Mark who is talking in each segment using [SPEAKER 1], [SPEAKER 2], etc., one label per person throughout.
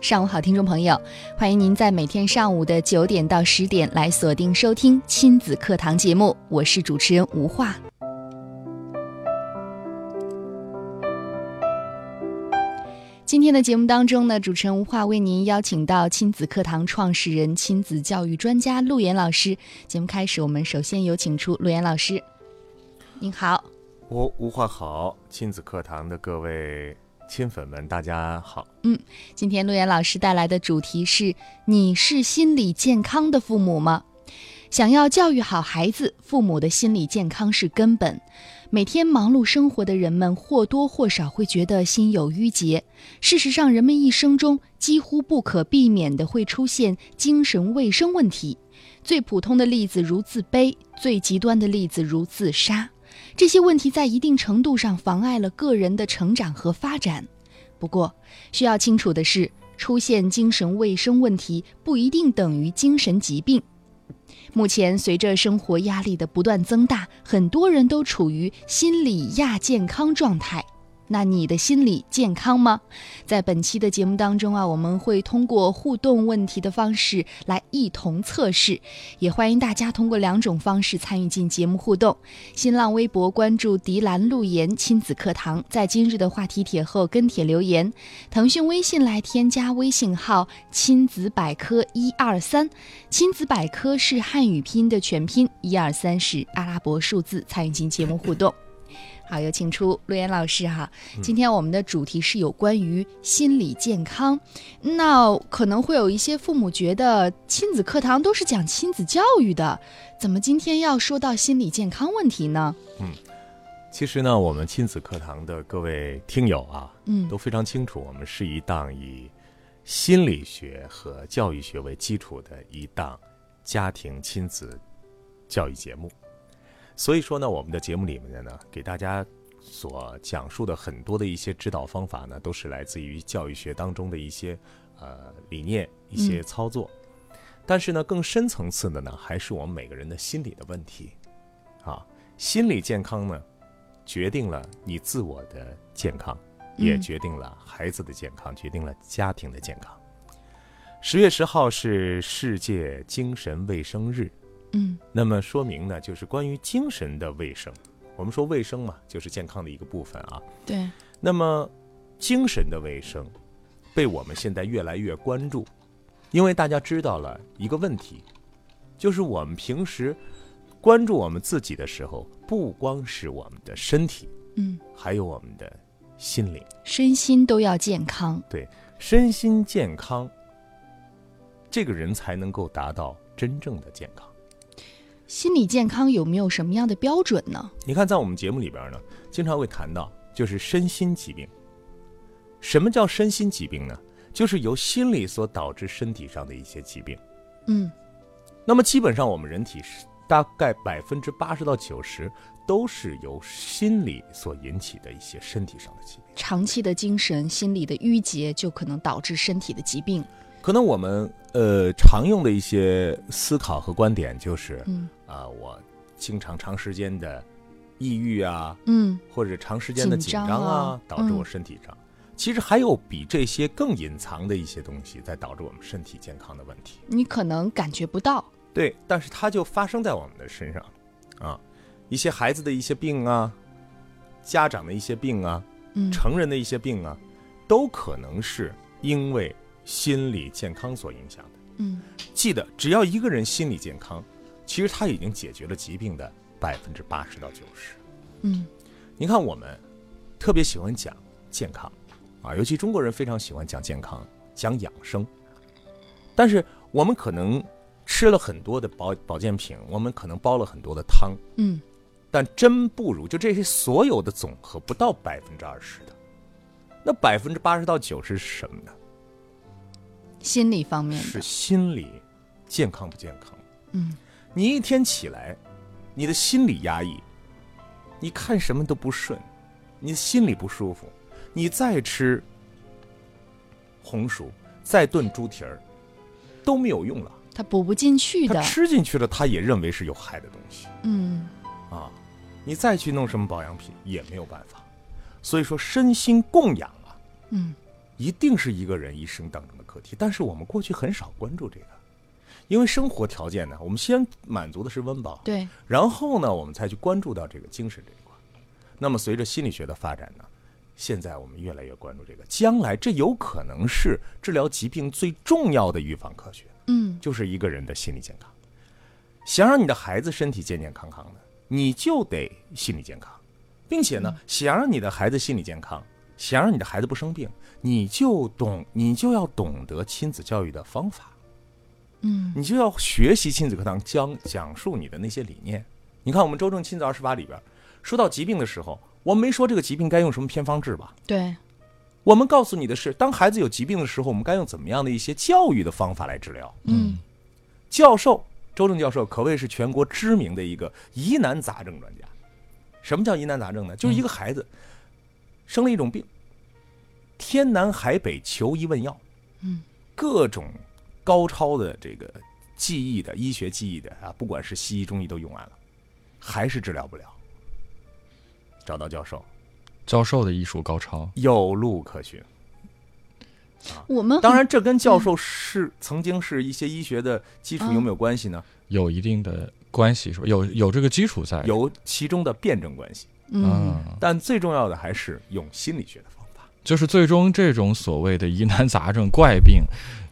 [SPEAKER 1] 上午好，听众朋友，欢迎您在每天上午的九点到十点来锁定收听亲子课堂节目，我是主持人吴化。今天的节目当中呢，主持人吴化为您邀请到亲子课堂创始人、亲子教育专家陆岩老师。节目开始，我们首先有请出陆岩老师。您好，
[SPEAKER 2] 我吴话好，亲子课堂的各位亲粉们，大家好。
[SPEAKER 1] 今天陆岩老师带来的主题是：你是心理健康的父母吗？想要教育好孩子，父母的心理健康是根本。每天忙碌生活的人们或多或少会觉得心有郁结。事实上，人们一生中几乎不可避免地会出现精神卫生问题。最普通的例子如自卑，最极端的例子如自杀。这些问题在一定程度上妨碍了个人的成长和发展。不过，需要清楚的是，出现精神卫生问题不一定等于精神疾病。目前，随着生活压力的不断增大，很多人都处于心理亚健康状态。那你的心理健康吗？在本期的节目当中啊，我们会通过互动问题的方式来一同测试，也欢迎大家通过两种方式参与进节目互动。新浪微博关注“迪兰路言亲子课堂”，在今日的话题帖后跟帖留言；腾讯微信来添加微信号“亲子百科一二三”，亲子百科是汉语拼音的全拼，一二三是阿拉伯数字，参与进节目互动。好，有请出陆岩老师哈。今天我们的主题是有关于心理健康，那可能会有一些父母觉得亲子课堂都是讲亲子教育的，怎么今天要说到心理健康问题呢？
[SPEAKER 2] 其实呢，我们亲子课堂的各位听友啊，
[SPEAKER 1] 嗯
[SPEAKER 2] 都非常清楚，我们是一档以心理学和教育学为基础的一档家庭亲子教育节目。所以说呢，我们的节目里面呢，给大家所讲述的很多的一些指导方法呢，都是来自于教育学当中的一些呃理念、一些操作。但是呢，更深层次的呢，还是我们每个人的心理的问题啊。心理健康呢，决定了你自我的健康，也决定了孩子的健康，决定了家庭的健康。十月十号是世界精神卫生日，
[SPEAKER 1] 嗯
[SPEAKER 2] 那么说明呢，就是关于精神的卫生。我们说卫生嘛，就是健康的一个部分啊。
[SPEAKER 1] 对，
[SPEAKER 2] 那么，精神的卫生被我们现在越来越关注，因为大家知道了一个问题，就是我们平时关注我们自己的时候，不光是我们的身体，
[SPEAKER 1] 嗯，
[SPEAKER 2] 还有我们的心灵。
[SPEAKER 1] 身心都要健康，
[SPEAKER 2] 身心健康，这个人才能够达到真正的健康。
[SPEAKER 1] 心理健康有没有什么样的标准呢？
[SPEAKER 2] 你看，在我们节目里边呢，经常会谈到就是身心疾病。什么叫身心疾病呢？就是由心理所导致身体上的一些疾病。
[SPEAKER 1] 嗯
[SPEAKER 2] 那么基本上我们人体是大概百分之八十到九十都是由心理所引起的一些身体上的疾病。
[SPEAKER 1] 长期的精神、心理的郁结就可能导致身体的疾病。
[SPEAKER 2] 可能我们呃常用的一些思考和观点就是，
[SPEAKER 1] 嗯
[SPEAKER 2] 啊、我经常长时间的抑郁啊，
[SPEAKER 1] 嗯，
[SPEAKER 2] 或者长时间的紧张嗯
[SPEAKER 1] 紧张啊
[SPEAKER 2] 导致我身体上。其实还有比这些更隐藏的一些东西，在导致我们身体健康的问题。
[SPEAKER 1] 你可能感觉不到。
[SPEAKER 2] 对，但是它就发生在我们的身上，啊，一些孩子的一些病啊，家长的一些病啊，
[SPEAKER 1] 嗯
[SPEAKER 2] 成人的一些病啊，都可能是因为心理健康所影响的。
[SPEAKER 1] 嗯。
[SPEAKER 2] 记得，只要一个人心理健康，其实他已经解决了疾病的百分之八十到九十。
[SPEAKER 1] 嗯
[SPEAKER 2] 你看，我们特别喜欢讲健康啊，尤其中国人非常喜欢讲健康、讲养生。但是我们可能吃了很多的保保健品，我们可能煲了很多的汤，
[SPEAKER 1] 嗯
[SPEAKER 2] 但真不如就这些所有的总和不到百分之二十的。那百分之八十到九十是什么呢？
[SPEAKER 1] 心理方面
[SPEAKER 2] 是
[SPEAKER 1] 的，
[SPEAKER 2] 心理健康不健康。
[SPEAKER 1] 嗯，
[SPEAKER 2] 你一天起来，你的心理压抑，你看什么都不顺，你的心里不舒服，你再吃红薯，再炖猪蹄儿，都没有用了。
[SPEAKER 1] 它补不进去
[SPEAKER 2] 他
[SPEAKER 1] 的。
[SPEAKER 2] 吃进去了，他也认为是有害的东西
[SPEAKER 1] 嗯，
[SPEAKER 2] 啊。你再去弄什么保养品也没有办法。所以说，身心供养啊，
[SPEAKER 1] 嗯，
[SPEAKER 2] 一定是一个人一生当中的课题。但是我们过去很少关注这个，因为生活条件呢，我们先满足的是温饱，
[SPEAKER 1] 对，
[SPEAKER 2] 然后呢，我们才去关注到这个精神这一块。那么，随着心理学的发展呢，现在我们越来越关注这个，将来这有可能是治疗疾病最重要的预防科学，
[SPEAKER 1] 嗯，
[SPEAKER 2] 就是一个人的心理健康。想让你的孩子身体健健康康的，你就得心理健康，并且呢，想让你的孩子心理健康，想让你的孩子不生病，你就懂，你就要懂得亲子教育的方法。
[SPEAKER 1] 嗯，
[SPEAKER 2] 你就要学习亲子课堂讲讲述你的那些理念。你看，我们周正亲子二十八里边，说到疾病的时候，我们没说这个疾病该用什么偏方治吧？
[SPEAKER 1] 对，
[SPEAKER 2] 我们告诉你的是，当孩子有疾病的时候，我们该用怎么样的一些教育的方法来治疗。
[SPEAKER 1] 嗯，
[SPEAKER 2] 教授周正教授可谓是全国知名的一个疑难杂症专家。什么叫疑难杂
[SPEAKER 1] 嗯
[SPEAKER 2] 症呢？就是一个孩子生了一种病，天南海北求医问药，
[SPEAKER 1] 嗯，
[SPEAKER 2] 各种高超的这个技艺的医学技艺的啊，不管是西医中医都用完了，还是治疗不了。找到教授
[SPEAKER 3] 教授的艺术高超，
[SPEAKER 2] 有路可循。
[SPEAKER 1] 我们
[SPEAKER 2] 当然，这跟教授是曾经是一些医学的基础有没有关系呢？
[SPEAKER 3] 有一定的关系是吧？有有这个基础在，
[SPEAKER 2] 有其中的辩证关系。
[SPEAKER 1] 很，嗯，
[SPEAKER 3] 嗯，
[SPEAKER 2] 但最重要的还是用心理学的方法。
[SPEAKER 3] 就是最终这种所谓的疑难杂症、怪病，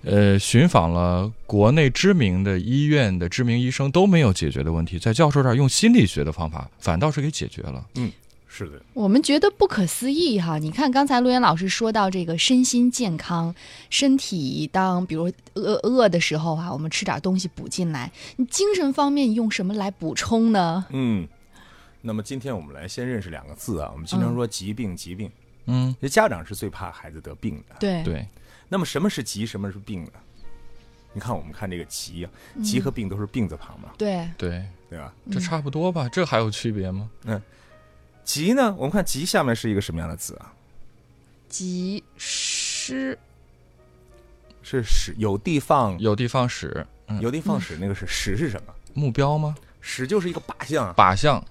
[SPEAKER 3] 呃，寻访了国内知名的医院的知名医生都没有解决的问题，在教授这儿用心理学的方法，反倒是给解决了。
[SPEAKER 2] 是的，
[SPEAKER 1] 我们觉得不可思议哈。你看刚才陆岩老师说到这个身心健康，身体当比如饿饿的时候哈、我们吃点东西补进来。你精神方面用什么来补充呢？
[SPEAKER 2] 嗯。那么今天我们来先认识两个字啊，我们经常说疾病，疾病，
[SPEAKER 3] 嗯，
[SPEAKER 2] 这家长是最怕孩子得病的。
[SPEAKER 1] 对，
[SPEAKER 3] 对，
[SPEAKER 2] 那么什么是疾，什么是病呢？你看我们看这个疾啊，疾和病都是病字旁嘛，
[SPEAKER 1] 对，
[SPEAKER 3] 对，
[SPEAKER 2] 对吧？
[SPEAKER 3] 这差不多吧？这还有区别吗？
[SPEAKER 2] 疾呢，我们看疾下面是一个什么样的字啊？
[SPEAKER 1] 及时，
[SPEAKER 2] 是使，有的放，
[SPEAKER 3] 有的放矢，嗯，
[SPEAKER 2] 有的放矢，那个是矢是什么？
[SPEAKER 3] 目标吗？
[SPEAKER 2] 矢就是一个靶向啊，
[SPEAKER 3] 靶向。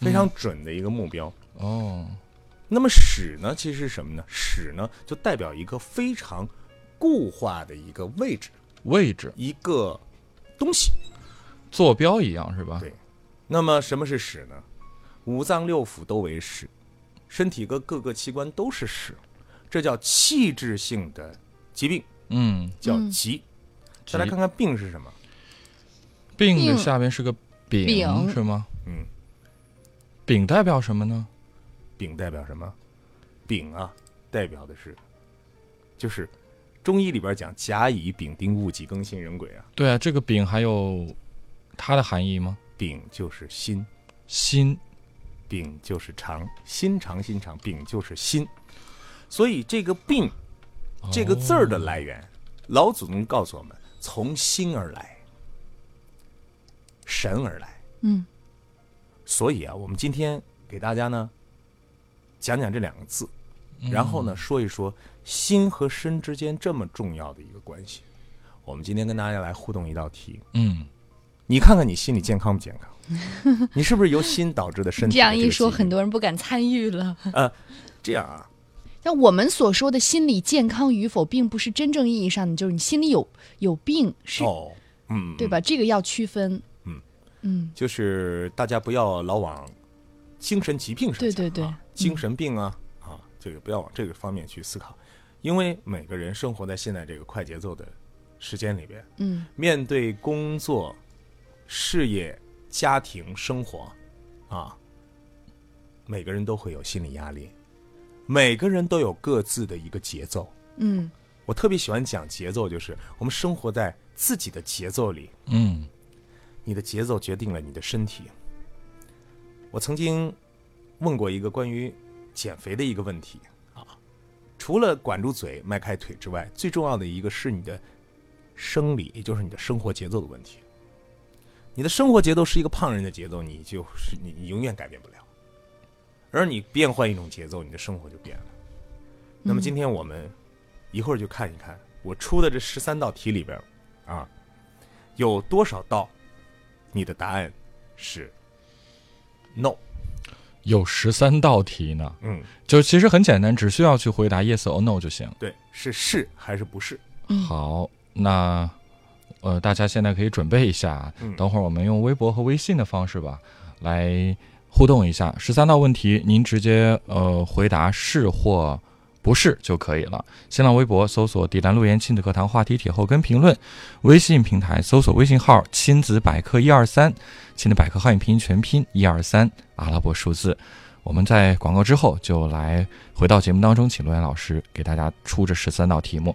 [SPEAKER 2] 非常准的一个目标。
[SPEAKER 3] 哦，
[SPEAKER 2] 那么矢呢，其实是什么呢？矢呢，就代表一个非常固化的一个位置，
[SPEAKER 3] 位置
[SPEAKER 2] 一个东西。
[SPEAKER 3] 坐标一样是吧？
[SPEAKER 2] 对那么什么是矢呢？五脏六腑都为矢，身体各各个器官都是矢，这叫器质性的疾病，
[SPEAKER 3] 嗯，
[SPEAKER 2] 叫
[SPEAKER 1] 嗯
[SPEAKER 2] 疾。
[SPEAKER 3] 疾
[SPEAKER 2] 再来看看病是什么？
[SPEAKER 3] 病
[SPEAKER 1] 病
[SPEAKER 3] 的下边是个丙
[SPEAKER 1] 丙
[SPEAKER 3] 是吗？
[SPEAKER 2] 嗯，
[SPEAKER 3] 丙代表什么呢？
[SPEAKER 2] 丙代表什么？丙啊，代表的是，就是中医里边讲甲乙丙丁戊己庚辛壬癸啊，
[SPEAKER 3] 对啊，这个丙还有它的含义吗？
[SPEAKER 2] 丙就是心，
[SPEAKER 3] 心，
[SPEAKER 2] 丙就是肠，心肠心肠，丙就是心。所以这个病
[SPEAKER 1] 哦
[SPEAKER 2] 这
[SPEAKER 3] 哦
[SPEAKER 2] 个字儿的来源，老祖宗告诉我们，从心而来，神而来。
[SPEAKER 1] 嗯，
[SPEAKER 2] 所以啊，我们今天给大家呢讲讲这两个字，
[SPEAKER 1] 嗯
[SPEAKER 2] 然后呢说一说心和身之间这么重要的一个关系。我们今天跟大家来互动一道题，
[SPEAKER 3] 嗯，
[SPEAKER 2] 你看看你心理健康不健康？ 你是不是由心导致的身体
[SPEAKER 1] 这样
[SPEAKER 2] 的
[SPEAKER 1] 一
[SPEAKER 2] 个
[SPEAKER 1] 说，
[SPEAKER 2] 疾
[SPEAKER 1] 很
[SPEAKER 2] 病
[SPEAKER 1] 多人不敢参与 了。
[SPEAKER 2] 这样啊，
[SPEAKER 1] 那我们所说的心理健康与否，并不是真正意义上的，就是你心里有有病，是、
[SPEAKER 2] 哦，嗯，
[SPEAKER 1] 对吧？这个要区分。
[SPEAKER 2] 嗯
[SPEAKER 1] 嗯，
[SPEAKER 2] 就是大家不要老往精神疾病上
[SPEAKER 1] 对
[SPEAKER 2] 想
[SPEAKER 1] 对对嗯
[SPEAKER 2] 啊精神病啊、啊，这个不要往这个方面去思考，因为每个人生活在现在这个快节奏的时间里边，
[SPEAKER 1] 嗯
[SPEAKER 2] 面对工作、事业、家庭、生活，啊，每个人都会有心理压力，每个人都有各自的一个节奏。
[SPEAKER 1] 嗯，
[SPEAKER 2] 我特别喜欢讲节奏，就是我们生活在自己的节奏里，
[SPEAKER 3] 嗯，
[SPEAKER 2] 你的节奏决定了你的身体。我曾经问过一个关于减肥的一个问题啊，除了管住嘴、迈开腿之外，最重要的一个是你的生理，也就是你的生活节奏的问题。你的生活节奏是一个胖人的节奏，你就是你你永远改变不了。而你变换一种节奏，你的生活就变了。那么今天我们一会儿就看一看我出的这十三道题里边，啊，有多少道你的答案是 no？
[SPEAKER 3] 有十三道题呢，
[SPEAKER 2] 嗯，
[SPEAKER 3] 就其实很简单，只需要去回答 yes or no 就行。
[SPEAKER 2] 对，是是还是不是？
[SPEAKER 1] 嗯
[SPEAKER 3] 好，那呃，大家现在可以准备一下
[SPEAKER 2] 嗯，
[SPEAKER 3] 等会儿我们用微博和微信的方式吧，来互动一下。十三道问题，您直接呃回答是或不是就可以了。新浪微博搜索“底栏路言亲子课堂”话题帖后跟评论，微信平台搜索微信号“亲子百科一二三”，亲子百科汉语拼音全拼一二三阿拉伯数字。我们在广告之后就来回到节目当中，请陆岩老师给大家出这十三道题目。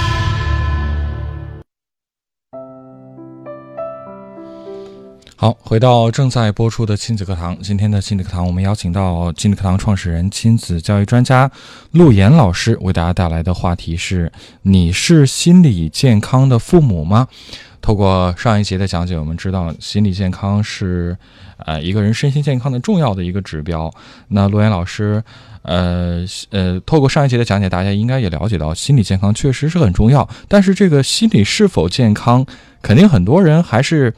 [SPEAKER 3] 好，回到正在播出的亲子课堂。今天的亲子课堂，我们邀请到亲子课堂创始人、亲子教育专家陆岩老师，为大家带来的话题是：你是心理健康的父母吗？透过上一节的讲解，我们知道心理健康是，呃，一个人身心健康的重要的一个指标。那陆岩老师，呃呃，透过上一节的讲解，大家应该也了解到，心理健康确实是很重要。但是这个心理是否健康，肯定很多人还是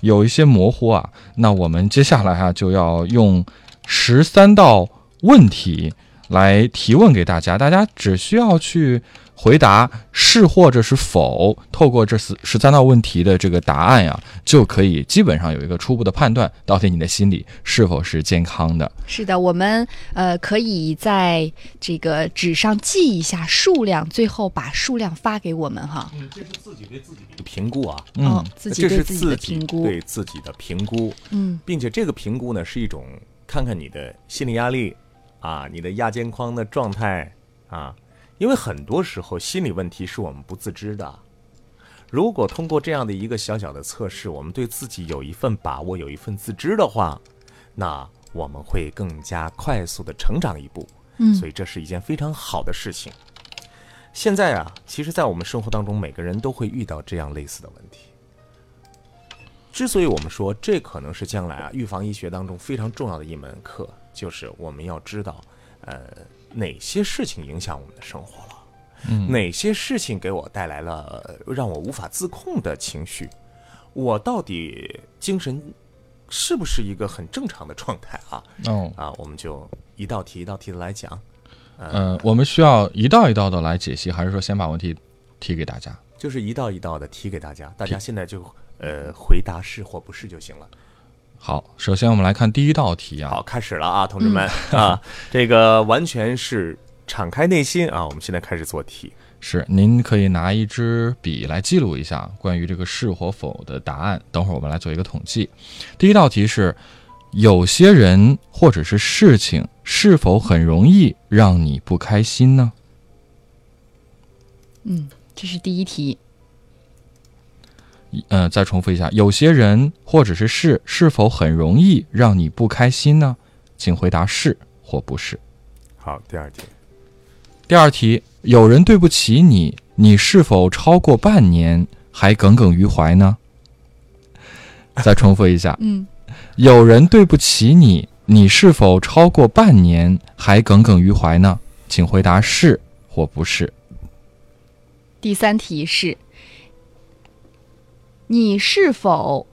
[SPEAKER 3] 有一些模糊啊。那我们接下来啊，就要用十三道问题来提问给大家，大家只需要去回答是或者是否，透过这十十三道问题的这个答案呀、就可以基本上有一个初步的判断，到底你的心理是否是健康的。
[SPEAKER 1] 是的，我们呃可以在这个纸上记一下数量，最后把数量发给我们哈。
[SPEAKER 2] 评估啊，
[SPEAKER 3] 嗯，
[SPEAKER 1] 哦，自己
[SPEAKER 2] 这
[SPEAKER 1] 对
[SPEAKER 2] 是
[SPEAKER 1] 自
[SPEAKER 2] 自
[SPEAKER 1] 己的评估，
[SPEAKER 2] 对自己的评估，
[SPEAKER 1] 嗯
[SPEAKER 2] 并且这个评估呢是一种看看你的心理压力啊，你的亚健康的状态啊，因为很多时候心理问题是我们不自知的。如果通过这样的一个小小的测试，我们对自己有一份把握，有一份自知的话，那我们会更加快速的成长一步。
[SPEAKER 1] 嗯
[SPEAKER 2] 所以这是一件非常好的事情。现在啊，其实，在我们生活当中，每个人都会遇到这样类似的问题。之所以我们说这可能是将来啊预防医学当中非常重要的一门课，就是我们要知道，呃，哪些事情影响我们的生活了，嗯、哪些事情给我带来了呃让我无法自控的情绪，我到底精神是不是一个很正常的状态啊？
[SPEAKER 3] 哦，
[SPEAKER 2] 啊，我们就一道题一道题的来讲，
[SPEAKER 3] 呃，我们需要一道一道的来解析，还是说先把问题提给大家？
[SPEAKER 2] 就是一道一道的提给大家，大家现在就呃回答是或不是就行了。
[SPEAKER 3] 好，首先我们来看第一道题啊，
[SPEAKER 2] 好，开始了啊，同志们、啊，这个完全是敞开内心啊，我们现在开始做题。
[SPEAKER 3] 是，您可以拿一支笔来记录一下关于这个是或否的答案。等会儿我们来做一个统计。第一道题是：有些人或者是事情是否很容易让你不开心呢？
[SPEAKER 1] 嗯，这是第一题。
[SPEAKER 3] 呃，再重复一下，有些人或者是事是否很容易让你不开心呢？请回答是或不是。
[SPEAKER 2] 好，第二题，
[SPEAKER 3] 第二题，有人对不起你，你是否超过半年还耿耿于怀呢？再重复一下，
[SPEAKER 1] 嗯，
[SPEAKER 3] 有人对不起你，你是否超过半年还耿耿于怀呢？请回答是或不是。
[SPEAKER 1] 第三题是：你是否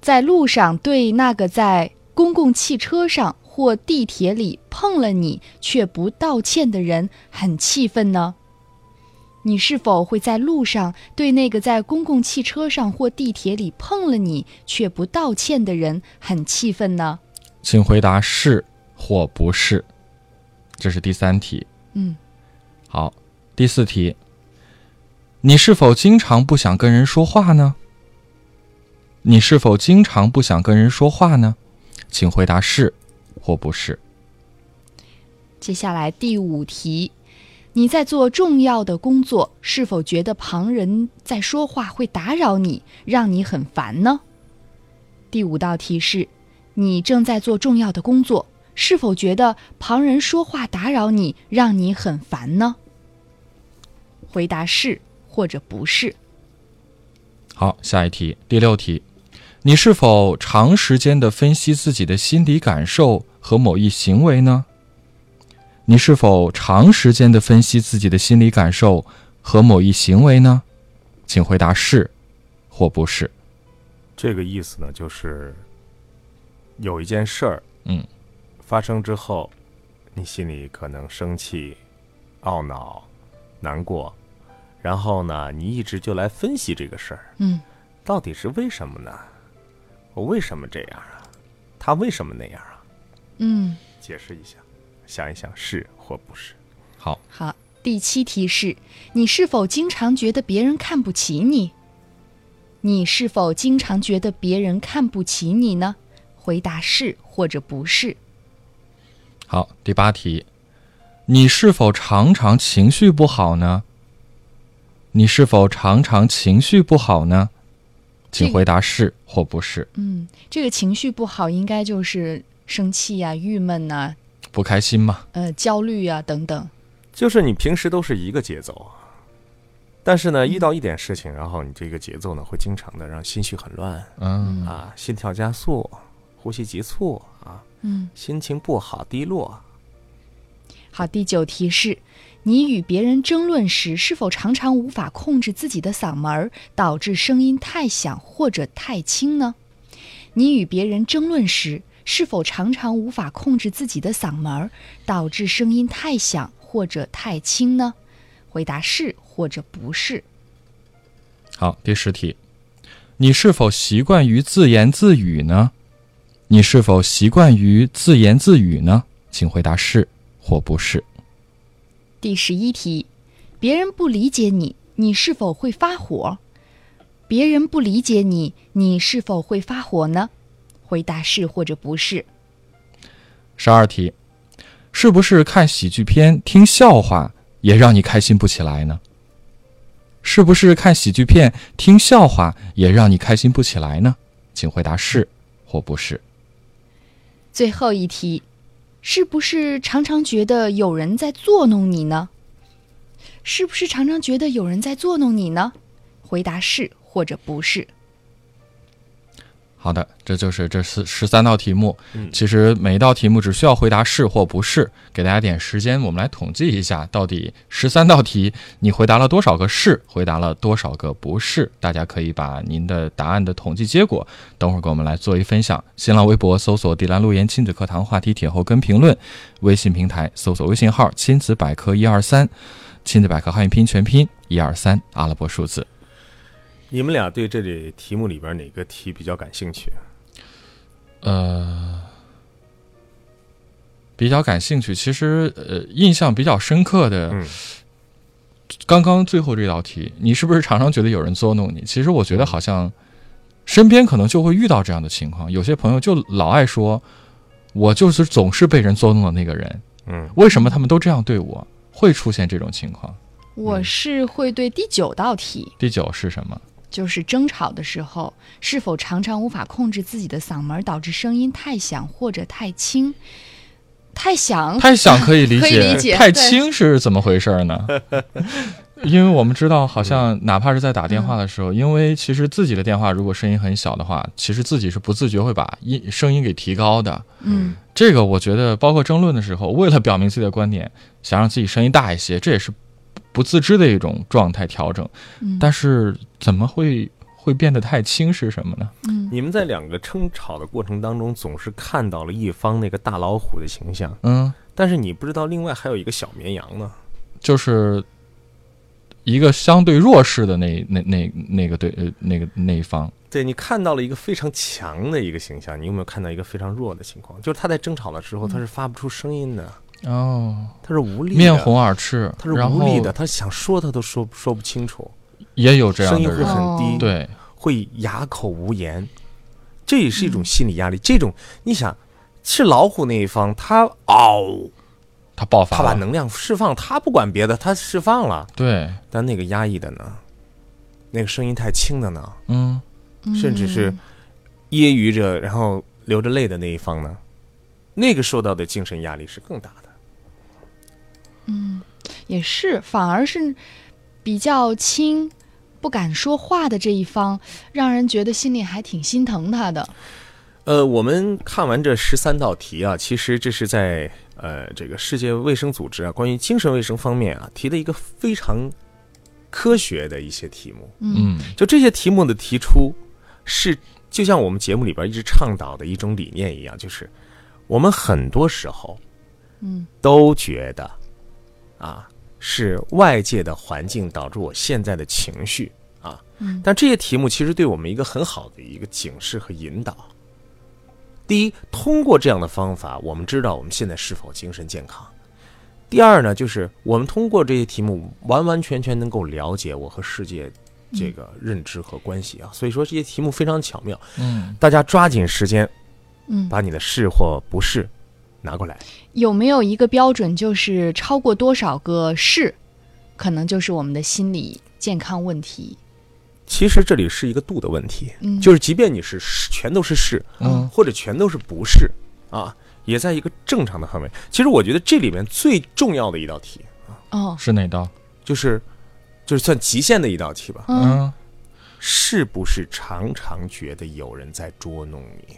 [SPEAKER 1] 在路上对那个在公共汽车上或地铁里碰了你却不道歉的人很气愤呢？你是否会在路上对那个在公共汽车上或地铁里碰了你却不道歉的人很气愤呢？
[SPEAKER 3] 请回答是或不是。这是第三题。
[SPEAKER 1] 嗯，
[SPEAKER 3] 好，第四题，你是否经常不想跟人说话呢？你是否经常不想跟人说话呢？请回答是或不是。
[SPEAKER 1] 接下来第五题，你在做重要的工作，是否觉得旁人在说话会打扰你，让你很烦呢？第五道题是：你正在做重要的工作，是否觉得旁人说话打扰你，让你很烦呢？回答是或者不是。
[SPEAKER 3] 好，下一题，第六题，你是否长时间的分析自己的心理感受和某一行为呢？你是否长时间的分析自己的心理感受和某一行为呢？请回答是或不是。
[SPEAKER 2] 这个意思呢，就是有一件事儿，
[SPEAKER 3] 嗯，
[SPEAKER 2] 发生之后，你心里可能生气、懊恼、难过，然后呢，你一直就来分析这个事儿，
[SPEAKER 1] 嗯，
[SPEAKER 2] 到底是为什么呢？我为什么这样啊？他为什么那样啊？
[SPEAKER 1] 嗯，
[SPEAKER 2] 解释一下，想一想是或不是。
[SPEAKER 3] 好，
[SPEAKER 1] 好。第七题是：你是否经常觉得别人看不起你？你是否经常觉得别人看不起你呢？回答是或者不是。
[SPEAKER 3] 好，第八题，你是否常常情绪不好呢？你是否常常情绪不好呢？
[SPEAKER 1] 这
[SPEAKER 3] 请
[SPEAKER 1] 个
[SPEAKER 3] 回答是或不是。
[SPEAKER 1] 嗯，这个情绪不好，应该就是生气呀、郁闷呐、
[SPEAKER 3] 不开心吗？
[SPEAKER 1] 呃，焦虑呀、等等。
[SPEAKER 2] 就是你平时都是一个节奏，啊但是呢，遇到一点事情，然后你这个节奏呢，会经常的让心绪很乱
[SPEAKER 3] 嗯，
[SPEAKER 2] 啊，心跳加速，呼吸急促啊，
[SPEAKER 1] 嗯，
[SPEAKER 2] 心情不好，低落。
[SPEAKER 1] 好，第九题是：你与别人争论时，是否常常无法控制自己的嗓门儿，导致声音太响或者太轻呢？你与别人争论时，是否常常无法控制自己的嗓门儿，导致声音太响或者太轻呢？回答是或者不是。
[SPEAKER 3] 好，第十题，你是否习惯于自言自语呢？你是否习惯于自言自语呢？请回答是或不是。
[SPEAKER 1] 第十一题，别人不理解你，你是否会发火？别人不理解你，你是否会发火呢？回答是或者不是。
[SPEAKER 3] 十二题，是不是看喜剧片、听笑话也让你开心不起来呢？是不是看喜剧片、听笑话也让你开心不起来呢？请回答是或不是。
[SPEAKER 1] 最后一题，是不是常常觉得有人在作弄你呢？是不是常常觉得有人在作弄你呢？回答是或者不是。
[SPEAKER 3] 好的，这就是这四十三道题目。
[SPEAKER 2] 嗯
[SPEAKER 3] 其实每一道题目只需要回答是或不是，给大家点时间，我们来统计一下，到底十三道题你回答了多少个是，回答了多少个不是。大家可以把您的答案的统计结果，等会儿给我们来做一分享。新浪微博搜索“迪兰路言亲子课堂”话题帖后跟评论，微信平台搜索微信号“亲子百科一二三”，亲子百科汉语拼音全拼一二三阿拉伯数字。
[SPEAKER 2] 你们俩对这里题目里边哪个题比较感兴趣？
[SPEAKER 3] 呃，比较感兴趣。其实，呃，印象比较深刻的，
[SPEAKER 2] 嗯
[SPEAKER 3] 刚刚最后这道题，你是不是常常觉得有人捉弄你？其实我觉得好像身边可能就会遇到这样的情况，有些朋友就老爱说，我就是总是被人捉弄的那个人，
[SPEAKER 2] 嗯，
[SPEAKER 3] 为什么他们都这样对我？会出现这种情况。
[SPEAKER 1] 我是会对第九道题，
[SPEAKER 3] 第九是什么？
[SPEAKER 1] 就是争吵的时候，是否常常无法控制自己的嗓门，导致声音太响或者太轻？太响，
[SPEAKER 3] 太响可以理
[SPEAKER 1] 嗯可以理解
[SPEAKER 3] 太
[SPEAKER 1] 对
[SPEAKER 3] 轻是怎么回事儿 呢？因为我们知道，好像哪怕是在打电话的时候，因为其实自己的电话如果声音很小的话，其实自己是不自觉会把音声音给提高的。
[SPEAKER 1] 嗯，
[SPEAKER 3] 这个我觉得，包括争论的时候，为了表明自己的观点，想让自己声音大一些，这也是不自知的一种状态调整。
[SPEAKER 1] 嗯
[SPEAKER 3] 但是怎么会会变得太轻是什么呢？
[SPEAKER 1] 嗯
[SPEAKER 2] 你们在两个争吵的过程当中，总是看到了一方那个大老虎的形象，
[SPEAKER 3] 嗯，
[SPEAKER 2] 但是你不知道另外还有一个小绵羊呢。
[SPEAKER 3] 就是一个相对弱势的那那那那个对呃那个那一方。
[SPEAKER 2] 对你看到了一个非常强的一个形象，你有没有看到一个非常弱的情况？就是他在争吵的时候，他是发不出声音的，
[SPEAKER 3] 哦，
[SPEAKER 2] 他是无力的，
[SPEAKER 3] 面红耳赤，
[SPEAKER 2] 他是
[SPEAKER 3] 然
[SPEAKER 2] 无
[SPEAKER 3] 后
[SPEAKER 2] 力的，他想说他都说说不清楚，
[SPEAKER 3] 也有这样
[SPEAKER 2] 声音
[SPEAKER 3] 的
[SPEAKER 2] 会
[SPEAKER 3] 人，
[SPEAKER 2] 很低，
[SPEAKER 1] 哦，
[SPEAKER 3] 对，
[SPEAKER 2] 会哑口无言，这也
[SPEAKER 3] 嗯
[SPEAKER 2] 是一种心理压力。这种你想，是老虎那一方，他嗷、
[SPEAKER 3] 他爆发
[SPEAKER 2] 他
[SPEAKER 3] 了，
[SPEAKER 2] 把能量释放，他不管别的，他释放了。
[SPEAKER 3] 对，
[SPEAKER 2] 但那个压抑的呢，那个声音太轻的呢，
[SPEAKER 3] 嗯，
[SPEAKER 2] 甚至是揶揄着，然后流着泪的那一方呢，那个受到的精神压力是更大的。
[SPEAKER 1] 也是，反而是比较轻、不敢说话的这一方，让人觉得心里还挺心疼他的。
[SPEAKER 2] 呃，我们看完这十三道题啊，其实这是在呃这个世界卫生组织啊关于精神卫生方面啊提的一个非常科学的一些题目。
[SPEAKER 3] 嗯，
[SPEAKER 2] 就这些题目的提出，是就像我们节目里边一直倡导的一种理念一样，就是我们很多时候，
[SPEAKER 1] 嗯，
[SPEAKER 2] 都觉得啊是外界的环境导致我现在的情绪啊，
[SPEAKER 1] 嗯
[SPEAKER 2] 但这些题目其实对我们一个很好的一个警示和引导。第一，通过这样的方法，我们知道我们现在是否精神健康。第二呢，就是我们通过这些题目，完完全全能够了解我和世界这
[SPEAKER 1] 嗯
[SPEAKER 2] 个认知和关系啊。所以说这些题目非常巧妙，
[SPEAKER 3] 嗯，
[SPEAKER 2] 大家抓紧时间
[SPEAKER 1] 嗯，
[SPEAKER 2] 把你的是或不是拿过来。
[SPEAKER 1] 有没有一个标准，就是超过多少个是，可能就是我们的心理健康问题？
[SPEAKER 2] 其实这里是一个度的问题，
[SPEAKER 1] 嗯
[SPEAKER 2] 就是即便你是是全都是是，
[SPEAKER 3] 嗯
[SPEAKER 2] 或者全都是不是啊，也在一个正常的范围。其实我觉得这里面最重要的一道题，
[SPEAKER 1] 哦，
[SPEAKER 3] 是哪道？
[SPEAKER 2] 就是就是算极限的一道题吧，
[SPEAKER 1] 嗯，
[SPEAKER 2] 是不是常常觉得有人在捉弄你？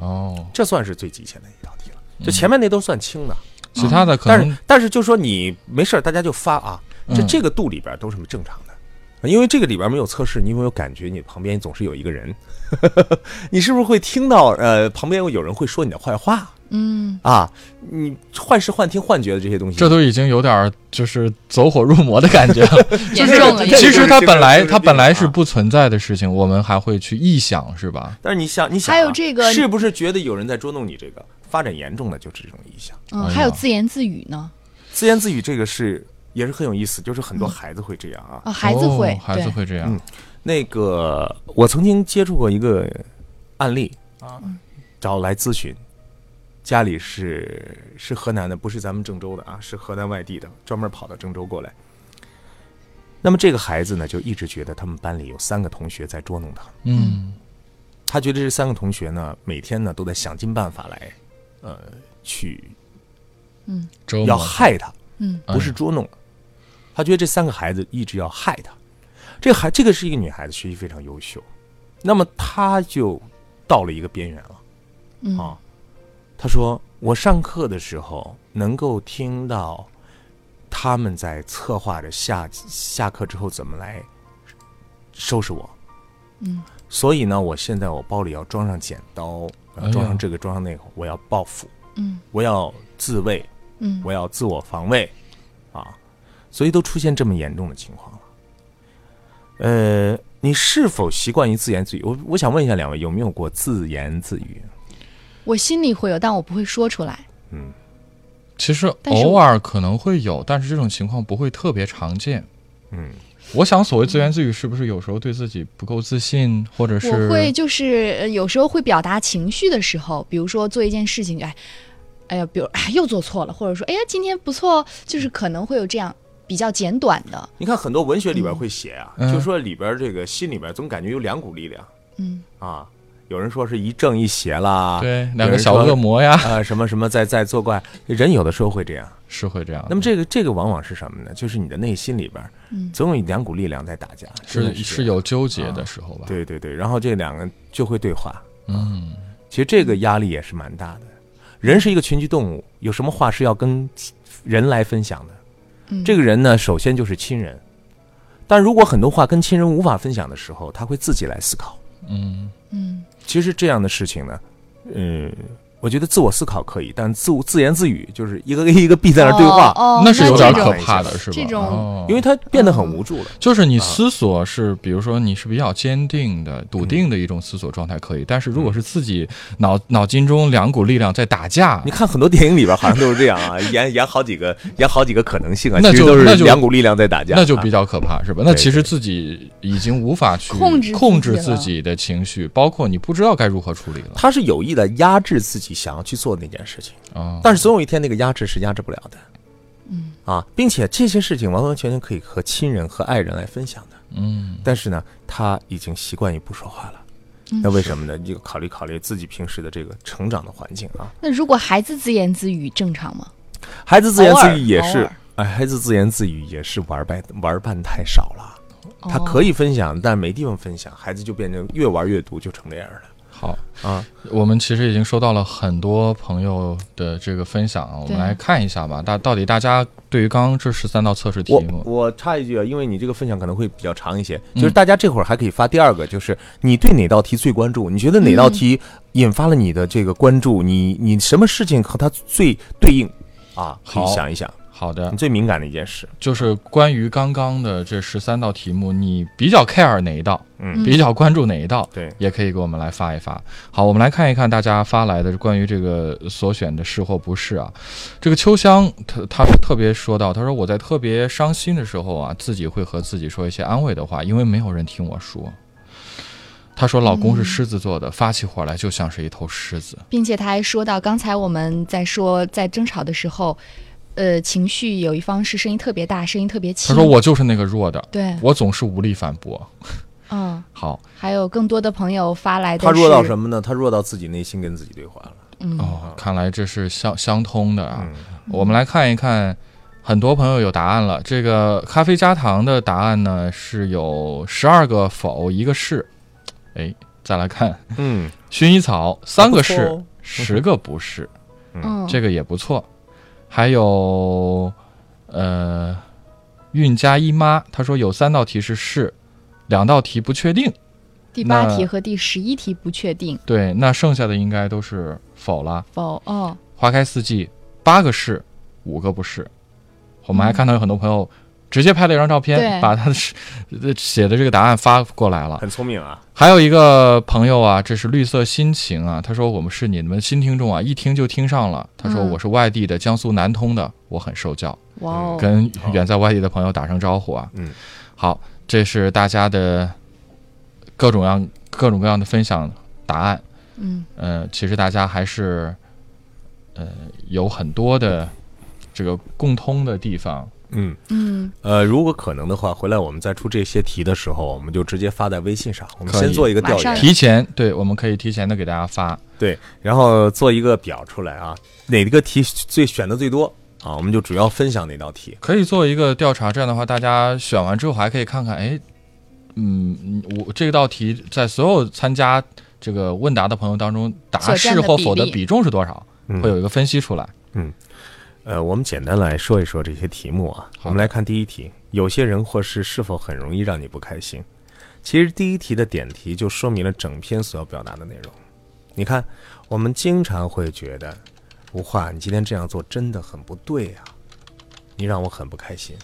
[SPEAKER 3] 嗯，哦，
[SPEAKER 2] 这算是最极限的一道题了。
[SPEAKER 1] 嗯
[SPEAKER 2] 就前面那都算轻的，
[SPEAKER 3] 其他的
[SPEAKER 2] 嗯
[SPEAKER 3] 可
[SPEAKER 2] 但
[SPEAKER 3] 能
[SPEAKER 2] 是但是就说你没事儿，大家就发啊，这
[SPEAKER 3] 嗯
[SPEAKER 2] 这个度里边都是正常的，因为这个里边没有测试，你有没有感觉你旁边总是有一个人， 你是不是会听到呃旁边有人会说你的坏话？嗯啊，你幻视、幻听、幻觉的这些东西，
[SPEAKER 3] 这都已经有点儿就是走火入魔的感觉 了。
[SPEAKER 1] 严
[SPEAKER 2] 是
[SPEAKER 1] 重了，
[SPEAKER 2] 这个
[SPEAKER 3] 其实它本来它本来
[SPEAKER 2] 这
[SPEAKER 3] 是
[SPEAKER 2] 个
[SPEAKER 3] 不存在的事情，我们还会去臆想，是吧？
[SPEAKER 2] 但是你想，你想啊、
[SPEAKER 1] 还有这个
[SPEAKER 2] 是不是觉得有人在捉弄你？这个发展严重的就是这种意向，
[SPEAKER 1] 嗯，
[SPEAKER 3] 哎呀
[SPEAKER 1] 还有自言自语呢，
[SPEAKER 2] 自言自语这个是也是很有意思，就是很多
[SPEAKER 1] 嗯
[SPEAKER 2] 孩子会这样啊。
[SPEAKER 1] 啊，孩子会，
[SPEAKER 3] 哦孩子
[SPEAKER 1] 对，
[SPEAKER 3] 会这样
[SPEAKER 2] 嗯，那个我曾经接触过一个案例啊，找来咨询，家里是是河南的，不是咱们郑州的啊，是河南外地的，专门跑到郑州过来。那么这个孩子呢，就一直觉得他们班里有三个同学在捉弄他，
[SPEAKER 3] 嗯
[SPEAKER 2] 他觉得这三个同学呢，每天呢都在想尽办法来，呃，去
[SPEAKER 3] 周
[SPEAKER 2] 要
[SPEAKER 3] 末
[SPEAKER 2] 害他，
[SPEAKER 1] 嗯，
[SPEAKER 2] 不
[SPEAKER 3] 哎
[SPEAKER 2] 是捉弄了。他觉得这三个孩子一直要害他。这孩这个是一个女孩子，学习非常优秀，那么她就到了一个边缘了。
[SPEAKER 1] 嗯
[SPEAKER 2] 啊，她说我上课的时候能够听到他们在策划着下下课之后怎么来收拾我。
[SPEAKER 1] 嗯，
[SPEAKER 2] 所以呢，我现在我包里要装上剪刀，
[SPEAKER 3] 哎呀
[SPEAKER 2] 装上这个，装上那个，我要报复，
[SPEAKER 1] 嗯
[SPEAKER 2] 我要自卫，
[SPEAKER 1] 嗯
[SPEAKER 2] 我要自我防卫，啊，所以都出现这么严重的情况了。呃，你是否习惯于自言自语？我我想问一下两位，有没有过自言自语？
[SPEAKER 1] 我心里会有，但我不会说出来。
[SPEAKER 2] 嗯，
[SPEAKER 3] 其实
[SPEAKER 1] 但是
[SPEAKER 3] 偶尔可能会有，但是这种情况不会特别常见。
[SPEAKER 2] 嗯，
[SPEAKER 3] 我想所谓自言自语，是不是有时候对自己不够自信，或者是
[SPEAKER 1] 我会就是呃有时候会表达情绪的时候，比如说做一件事情，哎，哎呀，比如哎又做错了，或者说哎呀今天不错哦，就是可能会有这样比较简短的，
[SPEAKER 2] 你看很多文学里边会写啊，
[SPEAKER 3] 嗯
[SPEAKER 2] 就说里边这个心里边总感觉有两股力量
[SPEAKER 1] 嗯
[SPEAKER 2] 啊，有人说是一正一邪啦，
[SPEAKER 3] 对
[SPEAKER 2] 啊有
[SPEAKER 3] 两个
[SPEAKER 2] 人
[SPEAKER 3] 小
[SPEAKER 2] 说
[SPEAKER 3] 恶魔呀，
[SPEAKER 2] 啊、什么什么在在作怪，人有的时候会这样。
[SPEAKER 3] 是会这样的。
[SPEAKER 2] 那么这个这个往往是什么呢？就是你的内心里边，
[SPEAKER 1] 嗯
[SPEAKER 2] 总有两股力量在打架，真的是
[SPEAKER 3] 是
[SPEAKER 2] 这
[SPEAKER 3] 是
[SPEAKER 2] 样
[SPEAKER 3] 有纠结的时候吧？，
[SPEAKER 2] 啊对对对，然后这两个就会对话。
[SPEAKER 3] 嗯，
[SPEAKER 2] 其实这个压力也是蛮大的。人是一个群居动物，有什么话是要跟人来分享的？
[SPEAKER 1] 嗯，
[SPEAKER 2] 这
[SPEAKER 1] 个
[SPEAKER 2] 个人呢，首先就是亲人，但如果很多话跟亲人无法分享的时候，他会自己来思考。
[SPEAKER 3] 嗯，
[SPEAKER 1] 嗯
[SPEAKER 2] 其实这样的事情呢，嗯，我觉得自我思考可以，但自我自言自语就是一个 一个 B 在那儿对话，
[SPEAKER 1] 哦哦
[SPEAKER 3] 那是有点
[SPEAKER 1] 这
[SPEAKER 3] 可
[SPEAKER 1] 种
[SPEAKER 3] 怕的，是吧？
[SPEAKER 1] 这种
[SPEAKER 3] 哦
[SPEAKER 2] 因为他变得很无助了。
[SPEAKER 3] 就是你思索是，比如说你是比较坚定的、笃定的一种思索状态可以，但是
[SPEAKER 2] 嗯
[SPEAKER 3] 如果是自己脑脑筋中两股力量在打架
[SPEAKER 2] 你，看很多电影里边好像都是这样啊，演演好几个演好几个可能性啊，
[SPEAKER 3] 那
[SPEAKER 2] 其实
[SPEAKER 3] 就
[SPEAKER 2] 都是
[SPEAKER 3] 那就
[SPEAKER 2] 两股力量在打架，
[SPEAKER 3] 那就
[SPEAKER 2] 啊
[SPEAKER 3] 比较可怕，是吧？那
[SPEAKER 2] 对
[SPEAKER 3] 其实自己已经无法去
[SPEAKER 1] 控制自己
[SPEAKER 3] 控制
[SPEAKER 1] 了
[SPEAKER 3] 自己的情绪，包括你不知道该如何处理了。
[SPEAKER 2] 他是有意的压制自己想要去做的那件事情。
[SPEAKER 1] 哦
[SPEAKER 3] 啊，
[SPEAKER 2] 但是总有一天，那个压制是压制不了的。嗯啊，并且这些事情完完全全可以和亲人和爱人来分享的。
[SPEAKER 3] 嗯
[SPEAKER 2] 但是呢，他已经习惯于不说话了。
[SPEAKER 1] 嗯
[SPEAKER 2] 那为什么呢？你就考虑考虑自己平时的这个成长的环境啊。
[SPEAKER 1] 那如果孩子自言自语正常吗？
[SPEAKER 2] 孩子自言自语也
[SPEAKER 1] 偶
[SPEAKER 2] 是
[SPEAKER 1] 尔，
[SPEAKER 2] 哎，孩子自言自语也是玩儿伴玩伴太少了。他可
[SPEAKER 1] 以，
[SPEAKER 2] 以分享，但没地方分享，孩子就变成越玩越毒，就成那样了。
[SPEAKER 3] 好
[SPEAKER 2] 啊，
[SPEAKER 3] 我们其实已经收到了很多朋友的这个分享，啊，我
[SPEAKER 1] 对
[SPEAKER 3] 们来看一下吧。大到底大家对于刚刚这十三道测试题
[SPEAKER 2] 我
[SPEAKER 3] 目，
[SPEAKER 2] 我插一句啊，因为你这个分享可能会比较长一些，
[SPEAKER 3] 嗯
[SPEAKER 2] 就是大家这会儿还可以发第二个，就是你对哪道题最关注？你觉得哪道题引发了你的这个关注？你你什么事情和它最对应？啊，可以
[SPEAKER 3] 好嗯
[SPEAKER 2] 想一想，
[SPEAKER 3] 好的
[SPEAKER 2] 你，最敏感的一件事。
[SPEAKER 3] 就是关于刚刚的这十三道题目，你比较 care 哪一道？
[SPEAKER 2] 嗯
[SPEAKER 3] 比较关注哪一道？
[SPEAKER 2] 对
[SPEAKER 3] 也可以给我们来发一发。好，我们来看一看大家发来的关于这个所选的是或不是啊。这个秋香他他特别说到，他说我在特别伤心的时候啊，自己会和自己说一些安慰的话，因为没有人听我说。她说老公是狮子座的，发起火来就像是一头狮子。
[SPEAKER 1] 并且他还说到，刚才我们在说在争吵的时候，呃，情绪有一方是声音特别大，声音特别
[SPEAKER 3] 她
[SPEAKER 1] 轻。
[SPEAKER 3] 说我就是那个弱的，
[SPEAKER 1] 对，
[SPEAKER 3] 我总是无力反驳。
[SPEAKER 1] 嗯，
[SPEAKER 3] 好，
[SPEAKER 1] 还有更多的朋友发来的
[SPEAKER 2] 他弱到
[SPEAKER 1] 是嗯
[SPEAKER 2] 什么呢？他弱到自己内心跟自己对话了。
[SPEAKER 3] 哦，看来这是相相通的啊。
[SPEAKER 2] 嗯
[SPEAKER 3] 我们来看一看，很多朋友有答案了。这个咖啡加糖的答案呢是有十二个否，一个是。哎，再来看
[SPEAKER 2] 嗯，
[SPEAKER 3] 薰衣草，三个
[SPEAKER 2] 还不
[SPEAKER 3] 是
[SPEAKER 2] 错哦，
[SPEAKER 3] 十个不是，
[SPEAKER 1] 嗯，
[SPEAKER 3] 这个也不错。还有，呃，韵家姨妈，她说有三道题是是，两道题不确定。
[SPEAKER 1] 第八
[SPEAKER 3] 那
[SPEAKER 1] 题和第十一题不确定
[SPEAKER 3] 对，那剩下的应该都是否了。
[SPEAKER 1] 否？哦，
[SPEAKER 3] 花开四季，八个是，五个不是。我们还看到有很多朋友直接拍了一张照片，
[SPEAKER 1] 对
[SPEAKER 3] 把他的是呃写的这个答案发过来了。
[SPEAKER 2] 很聪明啊。
[SPEAKER 3] 还有一个朋友啊，这是绿色心情啊，他说我们是你们新听众啊，一听就听上了。他说
[SPEAKER 1] 嗯
[SPEAKER 3] 我是外地的，江苏南通的，我很受教，
[SPEAKER 1] 哇哦，
[SPEAKER 3] 跟远在外地的朋友打声招呼啊。
[SPEAKER 2] 嗯，
[SPEAKER 3] 好，这是大家的各种样各种各样的分享答案。
[SPEAKER 1] 嗯，
[SPEAKER 3] 呃，其实大家还是呃有很多的这个共通的地方。
[SPEAKER 2] 嗯，
[SPEAKER 1] 嗯，
[SPEAKER 2] 呃，如果可能的话，回来我们在出这些题的时候，我们就直接发在微信上，我们
[SPEAKER 3] 可
[SPEAKER 2] 先
[SPEAKER 3] 以
[SPEAKER 2] 做一个
[SPEAKER 1] 马
[SPEAKER 2] 调
[SPEAKER 1] 上
[SPEAKER 2] 研，
[SPEAKER 3] 提前对，我们可以提前的给大家发。
[SPEAKER 2] 对，然后做一个表出来啊，哪个题最选的最多啊，我们就主要分享哪道题。
[SPEAKER 3] 可以做一个调查，这样的话，大家选完之后还可以看看，哎，嗯，我这道题在所有参加这个问答的朋友当中，答
[SPEAKER 1] 所占的
[SPEAKER 3] 是或否
[SPEAKER 1] 比
[SPEAKER 3] 的
[SPEAKER 1] 例
[SPEAKER 3] 比重是多少，
[SPEAKER 2] 嗯
[SPEAKER 3] 会有一个分析出来。
[SPEAKER 2] 呃，我们简单来说一说这些题目啊。
[SPEAKER 3] 好的
[SPEAKER 2] 我们来看第一题，有些人或事是否很容易让你不开心？其实第一题的点题就说明了整篇所要表达的内容。你看，我们经常会觉得，吴化，你今天这样做真的很不对啊，你让我很不开心。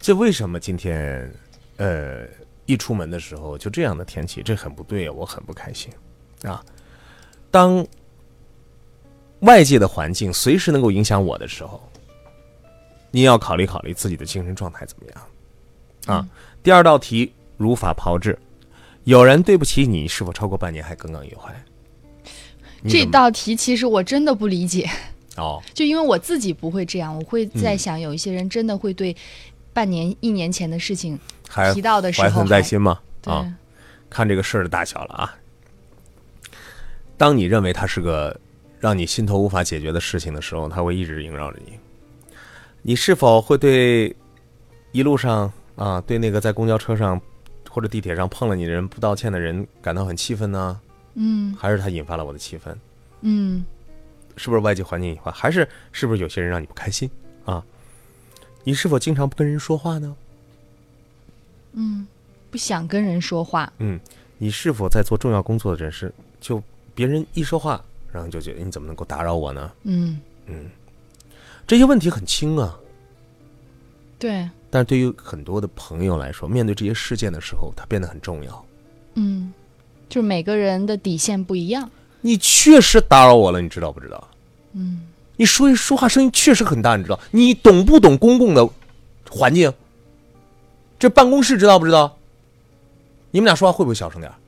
[SPEAKER 2] 这为什么今天，呃，一出门的时候就这样的天气，这很不对啊，我很不开心啊。当外界的环境随时能够影响我的时候，你也要考虑考虑自己的精神状态怎么样啊。第二道题如法炮制，有人对不起你，是否超过半年还耿耿于怀？你
[SPEAKER 1] 这
[SPEAKER 2] 怎么
[SPEAKER 1] 道题其实我真的不理解，
[SPEAKER 2] 哦，
[SPEAKER 1] 就因为我自己不会这样，我会在想有一些人真的会对半年、一年前的事情
[SPEAKER 2] 还
[SPEAKER 1] 提到的时
[SPEAKER 2] 怀
[SPEAKER 1] 候
[SPEAKER 2] 恨在
[SPEAKER 1] 还，
[SPEAKER 2] 心吗？
[SPEAKER 1] 对
[SPEAKER 2] 啊，看这个事儿的大小了啊。当你认为它是个让你心头无法解决的事情的时候，它会一直萦绕着你。你是否会对一路上啊，对那个在公交车上或者地铁上碰了你的人不道歉的人感到很气愤呢？
[SPEAKER 1] 嗯
[SPEAKER 2] 还是他引发了我的气愤？
[SPEAKER 1] 嗯
[SPEAKER 2] 是不是外界环境隐患？还是是不是有些人让你不开心啊？你是否经常不跟人说话呢？
[SPEAKER 1] 嗯，不想跟人说话，
[SPEAKER 2] 你是否在做重要工作的人士，就别人一说话，然后就觉得你怎么能够打扰我呢？
[SPEAKER 1] 嗯，
[SPEAKER 2] 这些问题很轻啊，
[SPEAKER 1] 对，
[SPEAKER 2] 但是对于很多的朋友来说，面对这些事件的时候，它变得很重要。
[SPEAKER 1] 嗯，就是每个人的底线不一样，
[SPEAKER 2] 你确实打扰我了，你知道不知道？嗯，你说一说话声音确实很大，你知道？你懂不懂公共的环境？这办公室知道不知道？你们俩说话会不会小声点儿？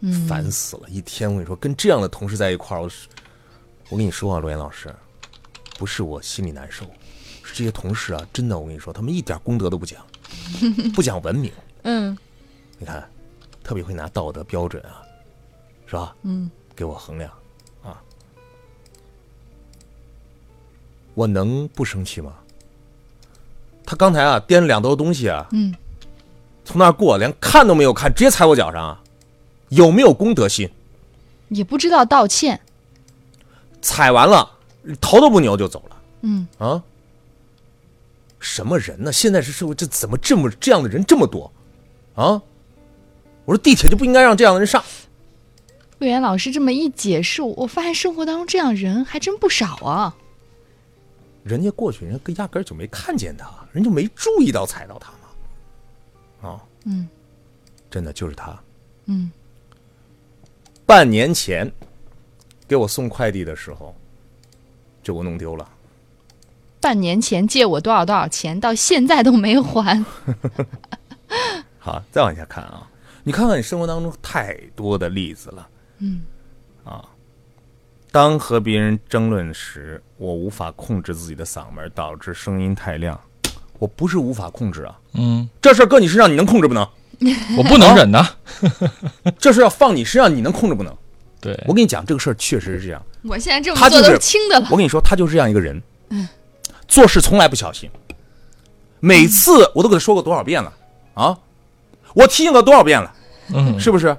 [SPEAKER 1] 嗯
[SPEAKER 2] 烦死了，一天我跟你说，跟这样的同事在一块儿，我是我跟你说啊，罗岩老师，不是我心里难受，是这些同事啊，真的，我跟你说，他们一点功德都不讲，不讲文明，
[SPEAKER 1] 嗯
[SPEAKER 2] 你看，特别会拿道德标准啊，是吧？
[SPEAKER 1] 嗯，
[SPEAKER 2] 给我衡量啊，我能不生气吗？他刚才啊掂了两兜东西啊，
[SPEAKER 1] 嗯，
[SPEAKER 2] 从那儿过，连看都没有看，直接踩我脚上啊，有没有公德心？
[SPEAKER 1] 也不知道道歉。
[SPEAKER 2] 踩完了，头都不扭就走了。
[SPEAKER 1] 嗯
[SPEAKER 2] 啊，什么人呢？现在是社会这怎么这么这样的人这么多啊？我说地铁就不应该让这样的人上。
[SPEAKER 1] 魏源老师这么一解释，我发现生活当中这样人还真不少啊。
[SPEAKER 2] 人家过去，人家压根儿就没看见他，人就没注意到踩到他嘛。啊，
[SPEAKER 1] 嗯，
[SPEAKER 2] 真的就是他。
[SPEAKER 1] 嗯，
[SPEAKER 2] 半年前给我送快递的时候，就给我弄丢了。
[SPEAKER 1] 半年前借我多少多少钱，到现在都没还。
[SPEAKER 2] 好，再往下看啊，你看看你生活当中太多的例子了。
[SPEAKER 1] 嗯，
[SPEAKER 2] 啊，当和别人争论时，我无法控制自己的嗓门，导致声音太亮。我不是无法控制啊，
[SPEAKER 3] 嗯，
[SPEAKER 2] 这事儿搁你身上你能控制不能？
[SPEAKER 3] 我不能 忍
[SPEAKER 2] 哦
[SPEAKER 3] 呐。
[SPEAKER 2] 这事儿要放你身上你能控制不能？
[SPEAKER 1] 哎
[SPEAKER 3] 对，
[SPEAKER 2] 我跟你讲，这个事儿确实是这样。
[SPEAKER 1] 我现在这
[SPEAKER 2] 他
[SPEAKER 1] 么
[SPEAKER 2] 就
[SPEAKER 1] 做都
[SPEAKER 2] 是
[SPEAKER 1] 是轻的了。
[SPEAKER 2] 我跟你说，他就是这样一个人，
[SPEAKER 1] 嗯
[SPEAKER 2] 做事从来不小心。每
[SPEAKER 1] 嗯
[SPEAKER 2] 次我都给他说过多少遍了啊，我提醒过多少遍了，
[SPEAKER 3] 嗯
[SPEAKER 2] 是不是？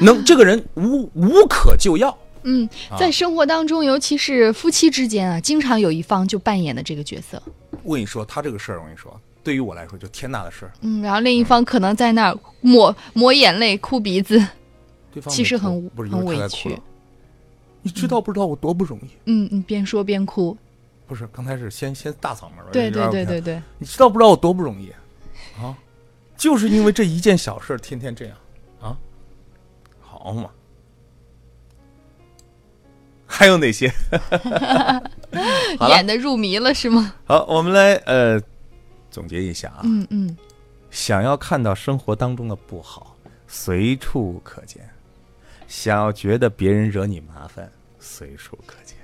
[SPEAKER 2] 能这个人无无可救药，
[SPEAKER 1] 嗯，在生活当中，尤其是夫妻之间啊，经常有一方就扮演的这个角色。
[SPEAKER 2] 我跟你说，他这个事儿，我跟你说，对于我来说就天大的事儿。
[SPEAKER 1] 嗯，然后另一方可能在那儿抹抹眼泪、哭鼻子。
[SPEAKER 2] 对方
[SPEAKER 1] 其
[SPEAKER 2] 没
[SPEAKER 1] 实
[SPEAKER 2] 哭
[SPEAKER 1] 很
[SPEAKER 2] 不是
[SPEAKER 1] 很
[SPEAKER 2] 因为他
[SPEAKER 1] 委
[SPEAKER 2] 在哭了
[SPEAKER 1] 屈
[SPEAKER 2] 你知道不知道我多不容易？
[SPEAKER 1] 嗯嗯，边说边哭。
[SPEAKER 2] 不是，刚开始先先大嗓门儿
[SPEAKER 1] 对对对，
[SPEAKER 2] 哎有点儿不太
[SPEAKER 1] 对对，
[SPEAKER 2] 你知道不知道我多不容易啊？就是因为这一件小事儿，天天这样啊，好嘛？还有哪些？好了
[SPEAKER 1] 演的入迷了是吗？
[SPEAKER 2] 好，我们来呃总结一下啊，
[SPEAKER 1] 嗯嗯。
[SPEAKER 2] 想要看到生活当中的不好，随处可见；想要觉得别人惹你麻烦，随处可见；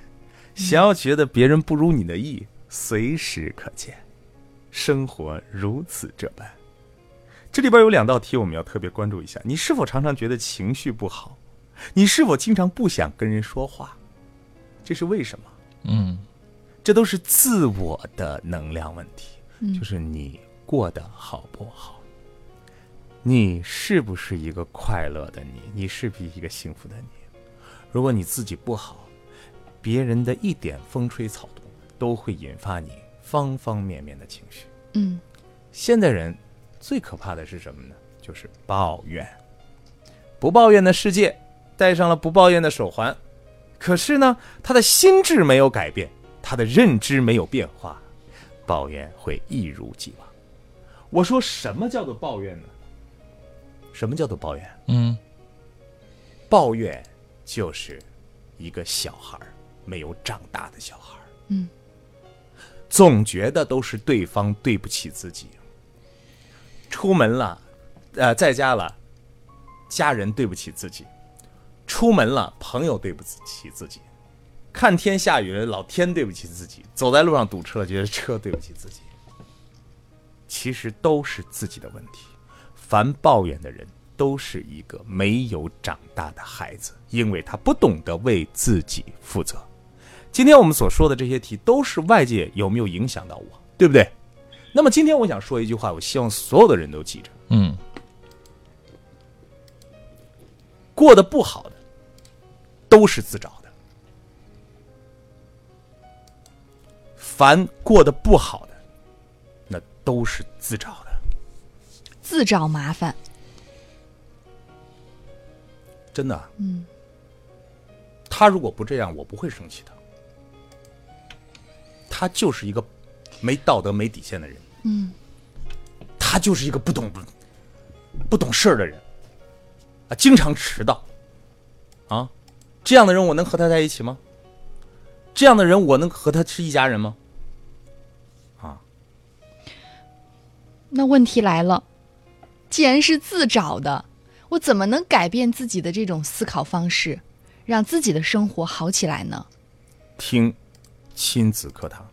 [SPEAKER 2] 想要觉得别人不如你的意，随时可见。生活如此这般。这里边有两道题，我们要特别关注一下：你是否常常觉得情绪不好？你是否经常不想跟人说话？这是为什么？
[SPEAKER 3] 嗯
[SPEAKER 2] 这都是自我的能量问题，就是你过得好不好，你是不是一个快乐的你，你是不是一个幸福的你？如果你自己不好，别人的一点风吹草动都会引发你方方面面的情绪。
[SPEAKER 1] 嗯
[SPEAKER 2] 现代人最可怕的是什么呢？就是抱怨。不抱怨的世界，戴上了不抱怨的手环，可是呢，他的心智没有改变，他的认知没有变化，抱怨会一如既往。我说什么叫做抱怨呢？什么叫做抱怨？
[SPEAKER 3] 嗯
[SPEAKER 2] 抱怨就是一个小孩儿没有长大的小孩儿，
[SPEAKER 1] 嗯，
[SPEAKER 2] 总觉得都是对方对不起自己，出门了，呃，在家了，家人对不起自己，出门了，朋友对不起自己，看天下雨了，老天对不起自己，走在路上堵车了，觉得车对不起自己，其实都是自己的问题。凡抱怨的人都是一个没有长大的孩子，因为他不懂得为自己负责。今天我们所说的这些题，都是外界有没有影响到我，对不对？那么今天我想说一句话，我希望所有的人都记着：
[SPEAKER 3] 嗯
[SPEAKER 2] 过得不好的，都是自找的。凡过得不好的，那都是自找的。
[SPEAKER 1] 自找麻烦。
[SPEAKER 2] 真的，嗯，他如果不这样，我不会生气的。他就是一个没道德、没底线的人，嗯，他就是一个不懂不懂事儿的人，啊，经常迟到，啊，这样的人我能和他在一起吗？这样的人我能和他是一家人吗？
[SPEAKER 1] 那问题来了，既然是自找的，我怎么能改变自己的这种思考方式，让自己的生活好起来呢？
[SPEAKER 2] 听亲子课堂。